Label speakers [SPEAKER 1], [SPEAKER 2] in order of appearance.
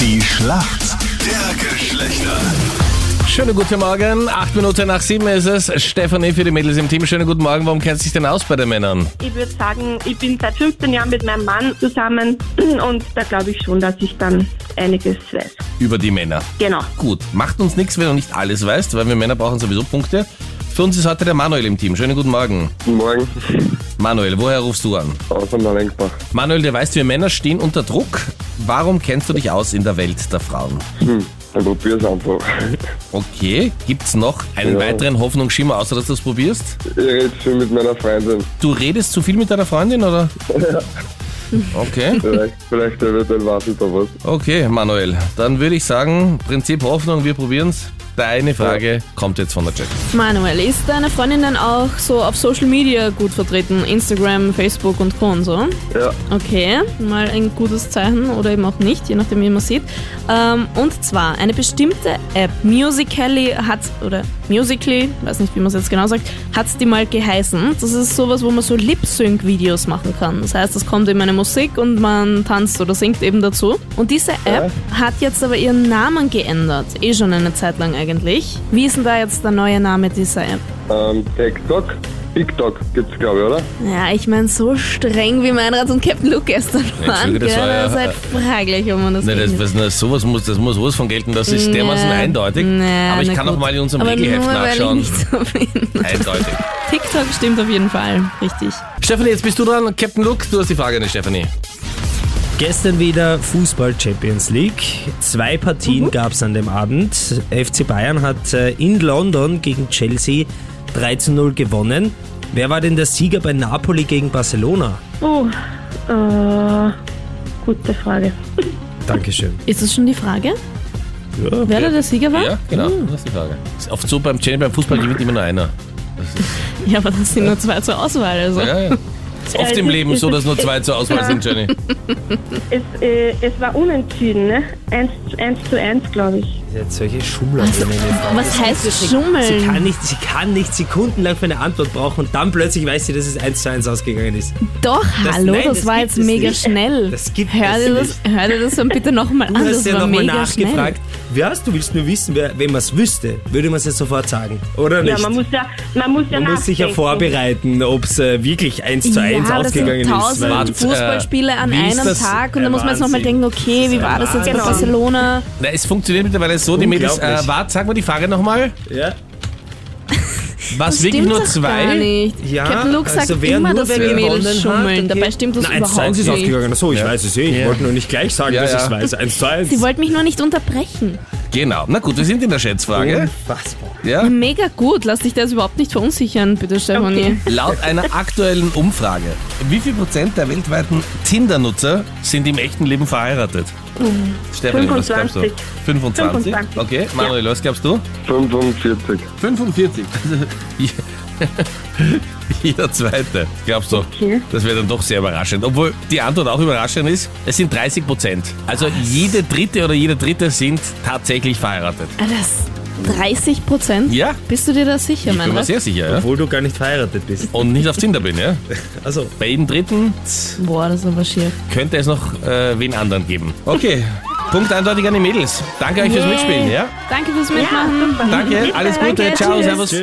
[SPEAKER 1] Die Schlacht der Geschlechter.
[SPEAKER 2] Schönen guten Morgen. Acht Minuten nach sieben ist es. Stefanie für die Mädels im Team. Schönen guten Morgen. Warum kennt sich denn aus bei den Männern?
[SPEAKER 3] Ich würde sagen, ich bin seit 15 Jahren mit meinem Mann zusammen und da glaube ich schon, dass ich dann einiges weiß.
[SPEAKER 2] Über die Männer.
[SPEAKER 3] Genau.
[SPEAKER 2] Gut, macht uns nichts, wenn du nicht alles weißt, weil wir Männer brauchen sowieso Punkte. Für uns ist heute der Manuel im Team. Schönen guten Morgen.
[SPEAKER 4] Guten Morgen,
[SPEAKER 2] Manuel, woher rufst du an?
[SPEAKER 4] aus dem Lenkbach.
[SPEAKER 2] Manuel, du weißt, wir Männer stehen unter Druck. Warum kennst du dich aus in der Welt der Frauen?
[SPEAKER 4] Hm, dann probier's einfach.
[SPEAKER 2] Okay, gibt's noch einen
[SPEAKER 4] Ja.
[SPEAKER 2] weiteren Hoffnungsschimmer, außer dass du es probierst?
[SPEAKER 4] Ich rede viel mit meiner Freundin.
[SPEAKER 2] Du redest zu viel mit deiner Freundin, oder? Okay.
[SPEAKER 4] Vielleicht, vielleicht eventuell weiß ich da was.
[SPEAKER 2] Okay, Manuel, dann würde ich sagen, Prinzip Hoffnung, wir probieren's. Deine Frage kommt jetzt von der Jack.
[SPEAKER 5] Manuel, ist deine Freundin dann auch so auf Social Media gut vertreten? Instagram, Facebook und Co. und so?
[SPEAKER 4] Ja,
[SPEAKER 5] Okay, mal ein gutes Zeichen oder eben auch nicht, je nachdem, wie man sieht. Ähm, und zwar eine bestimmte App, Musical.ly hat, oder Musically, weiß nicht, wie man es jetzt genau sagt, hat die mal geheißen. Das ist sowas, wo man so Lip-Sync-Videos machen kann. Das heißt, es kommt eben eine Musik und man tanzt oder singt eben dazu. Und diese App hat jetzt aber ihren Namen geändert. Eh schon eine Zeit lang eigentlich. Wie ist denn da jetzt der neue Name dieser App?
[SPEAKER 4] ähm, TikTok, TikTok gibt's glaube ich, oder?
[SPEAKER 5] Ja, ich meine, so streng wie Meinrad und Captain Luke gestern waren,
[SPEAKER 2] Entschuldige, das
[SPEAKER 5] gell,
[SPEAKER 2] war ja-
[SPEAKER 5] das ist halt fraglich, ob man das
[SPEAKER 2] Ne, das,
[SPEAKER 5] hinnimmt.
[SPEAKER 2] was, ne, sowas muss, das muss sowas von gelten, das ist dermaßen
[SPEAKER 5] Ja.
[SPEAKER 2] eindeutig.
[SPEAKER 5] Ja,
[SPEAKER 2] Aber ich
[SPEAKER 5] na
[SPEAKER 2] kann
[SPEAKER 5] gut.
[SPEAKER 2] auch mal in unserem
[SPEAKER 5] Aber
[SPEAKER 2] Regelheft
[SPEAKER 5] nur, Weil
[SPEAKER 2] nachschauen.
[SPEAKER 5] ich nicht so bin.
[SPEAKER 2] Eindeutig.
[SPEAKER 5] TikTok stimmt auf jeden Fall, richtig.
[SPEAKER 2] Stefanie, jetzt bist du dran. Captain Luke, du hast die Frage, ne, Stefanie?
[SPEAKER 6] Gestern wieder Fußball Champions League. Zwei
[SPEAKER 5] Mhm.
[SPEAKER 6] Partien gab es an dem Abend. FC Bayern hat äh, in London gegen Chelsea 13-0 gewonnen. Wer war denn der Sieger bei Napoli gegen Barcelona?
[SPEAKER 3] Oh, äh, gute Frage.
[SPEAKER 6] Dankeschön.
[SPEAKER 5] Ist das schon die Frage?
[SPEAKER 6] Ja.
[SPEAKER 5] Wer da der Sieger war?
[SPEAKER 2] Ja, genau, das ist die Frage. Ist oft so beim Channel, beim Fußball gewinnt immer nur einer.
[SPEAKER 5] Ja, aber das sind nur zwei zur Auswahl. Also.
[SPEAKER 2] Ja, ja. Ist oft
[SPEAKER 3] Ja,
[SPEAKER 2] im
[SPEAKER 3] das
[SPEAKER 2] Leben
[SPEAKER 3] ist-
[SPEAKER 2] so, dass nur zwei zur Auswahl sind, Jenny.
[SPEAKER 3] Es, äh, es war unentschieden, ne? Eins, eins zu eins, glaube ich.
[SPEAKER 6] Jetzt solche Schummelerinnen.
[SPEAKER 5] Was heißt
[SPEAKER 6] Sie
[SPEAKER 5] Schummeln?
[SPEAKER 6] kann, nicht, sie kann nicht sekundenlang für eine Antwort brauchen und dann plötzlich weiß sie, dass es 1 zu 1 ausgegangen ist.
[SPEAKER 5] Doch,
[SPEAKER 6] Das-
[SPEAKER 5] hallo,
[SPEAKER 6] nein,
[SPEAKER 5] das,
[SPEAKER 6] das
[SPEAKER 5] war
[SPEAKER 6] gibt
[SPEAKER 5] jetzt
[SPEAKER 6] es
[SPEAKER 5] mega
[SPEAKER 6] nicht.
[SPEAKER 5] schnell.
[SPEAKER 6] Das gibt
[SPEAKER 5] hör
[SPEAKER 6] es
[SPEAKER 5] dir das,
[SPEAKER 6] nicht.
[SPEAKER 5] hör dir das dann bitte nochmal an,
[SPEAKER 6] Du
[SPEAKER 5] Ah, das
[SPEAKER 6] hast ja
[SPEAKER 5] war
[SPEAKER 6] nochmal
[SPEAKER 5] mega
[SPEAKER 6] nachgefragt. Wer hast du willst nur wissen, wer, wenn man es wüsste, würde man es ja sofort sagen. Oder nicht?
[SPEAKER 3] Ja, man muss ja, man muss ja
[SPEAKER 6] Man muss sich ja
[SPEAKER 3] nachdenken.
[SPEAKER 6] vorbereiten, ob es äh, wirklich 1 zu
[SPEAKER 5] schnell.
[SPEAKER 6] 1
[SPEAKER 5] ja, das sind
[SPEAKER 6] ausgegangen ist. weil-
[SPEAKER 5] tausend
[SPEAKER 2] weil-
[SPEAKER 6] äh,
[SPEAKER 5] Fußballspiele an
[SPEAKER 2] Wie ist
[SPEAKER 5] einem
[SPEAKER 2] das?
[SPEAKER 5] Tag und
[SPEAKER 6] Ja,
[SPEAKER 5] dann muss man jetzt nochmal
[SPEAKER 6] Wahnsinn.
[SPEAKER 5] denken, okay, wie
[SPEAKER 6] Ja,
[SPEAKER 5] war das jetzt bei
[SPEAKER 6] Wahnsinn.
[SPEAKER 5] Barcelona?
[SPEAKER 2] Na, es funktioniert mittlerweile so, die Mädels. Äh,
[SPEAKER 6] Unglaublich.
[SPEAKER 2] warte, sag mal die Frage nochmal.
[SPEAKER 6] ja.
[SPEAKER 2] Was
[SPEAKER 5] Das
[SPEAKER 2] wirklich
[SPEAKER 5] stimmt
[SPEAKER 2] nur
[SPEAKER 5] doch Gar
[SPEAKER 2] zwei?
[SPEAKER 5] nicht.
[SPEAKER 6] Ja,
[SPEAKER 5] Captain Luke sagt
[SPEAKER 6] also wer
[SPEAKER 5] immer,
[SPEAKER 6] nur,
[SPEAKER 5] dass
[SPEAKER 6] wer
[SPEAKER 5] die
[SPEAKER 6] gewonnen
[SPEAKER 5] Mädels
[SPEAKER 6] hat,
[SPEAKER 5] schummeln.
[SPEAKER 6] okay.
[SPEAKER 5] Dabei stimmt das
[SPEAKER 6] Na, 1 zu 1 ist
[SPEAKER 5] überhaupt nicht.
[SPEAKER 6] ausgegangen. Achso, ich weiß es eh. Ich wollte nur nicht gleich sagen,
[SPEAKER 2] Ja,
[SPEAKER 6] dass ich
[SPEAKER 2] ja.
[SPEAKER 6] es weiß. 1 zu 1.
[SPEAKER 5] Sie wollten mich nur nicht unterbrechen.
[SPEAKER 2] Genau. Na gut, wir sind in der Schätzfrage.
[SPEAKER 6] Unfassbar.
[SPEAKER 2] Ja.
[SPEAKER 5] Mega gut, lass dich das überhaupt nicht verunsichern, bitte Stefanie.
[SPEAKER 2] Laut einer aktuellen Umfrage, wie viel Prozent der weltweiten Tinder-Nutzer sind im echten Leben verheiratet? Stefanie, was glaubst du?
[SPEAKER 3] 25.
[SPEAKER 2] 25?
[SPEAKER 3] 25.
[SPEAKER 2] Okay, Manuel, was glaubst du?
[SPEAKER 4] 45.
[SPEAKER 2] 45. Jeder Zweite, glaubst du?
[SPEAKER 3] Okay.
[SPEAKER 2] Das wäre dann doch sehr überraschend. Obwohl die Antwort auch überraschend ist, es sind 30 Prozent. Also jede Dritte oder jeder Dritte sind tatsächlich verheiratet.
[SPEAKER 5] Ah, Das 30 Prozent?
[SPEAKER 2] Ja,
[SPEAKER 5] Bist du dir da sicher,
[SPEAKER 2] bin
[SPEAKER 5] mein
[SPEAKER 2] mir
[SPEAKER 5] Rat?
[SPEAKER 2] sehr sicher. Ja?
[SPEAKER 6] Obwohl du gar nicht verheiratet bist.
[SPEAKER 2] Und nicht auf Tinder bin, ja?
[SPEAKER 6] Also,
[SPEAKER 2] Bei jedem Dritten
[SPEAKER 5] Boah, das ist aber schier.
[SPEAKER 2] könnte es noch äh, wen anderen geben. Okay, Punkt eindeutig an die Mädels. Danke euch fürs Mitspielen, ja?
[SPEAKER 5] Danke fürs Mitmachen.
[SPEAKER 2] Danke, alles Gute,
[SPEAKER 5] Danke,
[SPEAKER 2] ciao,
[SPEAKER 5] tschüss.
[SPEAKER 2] servus.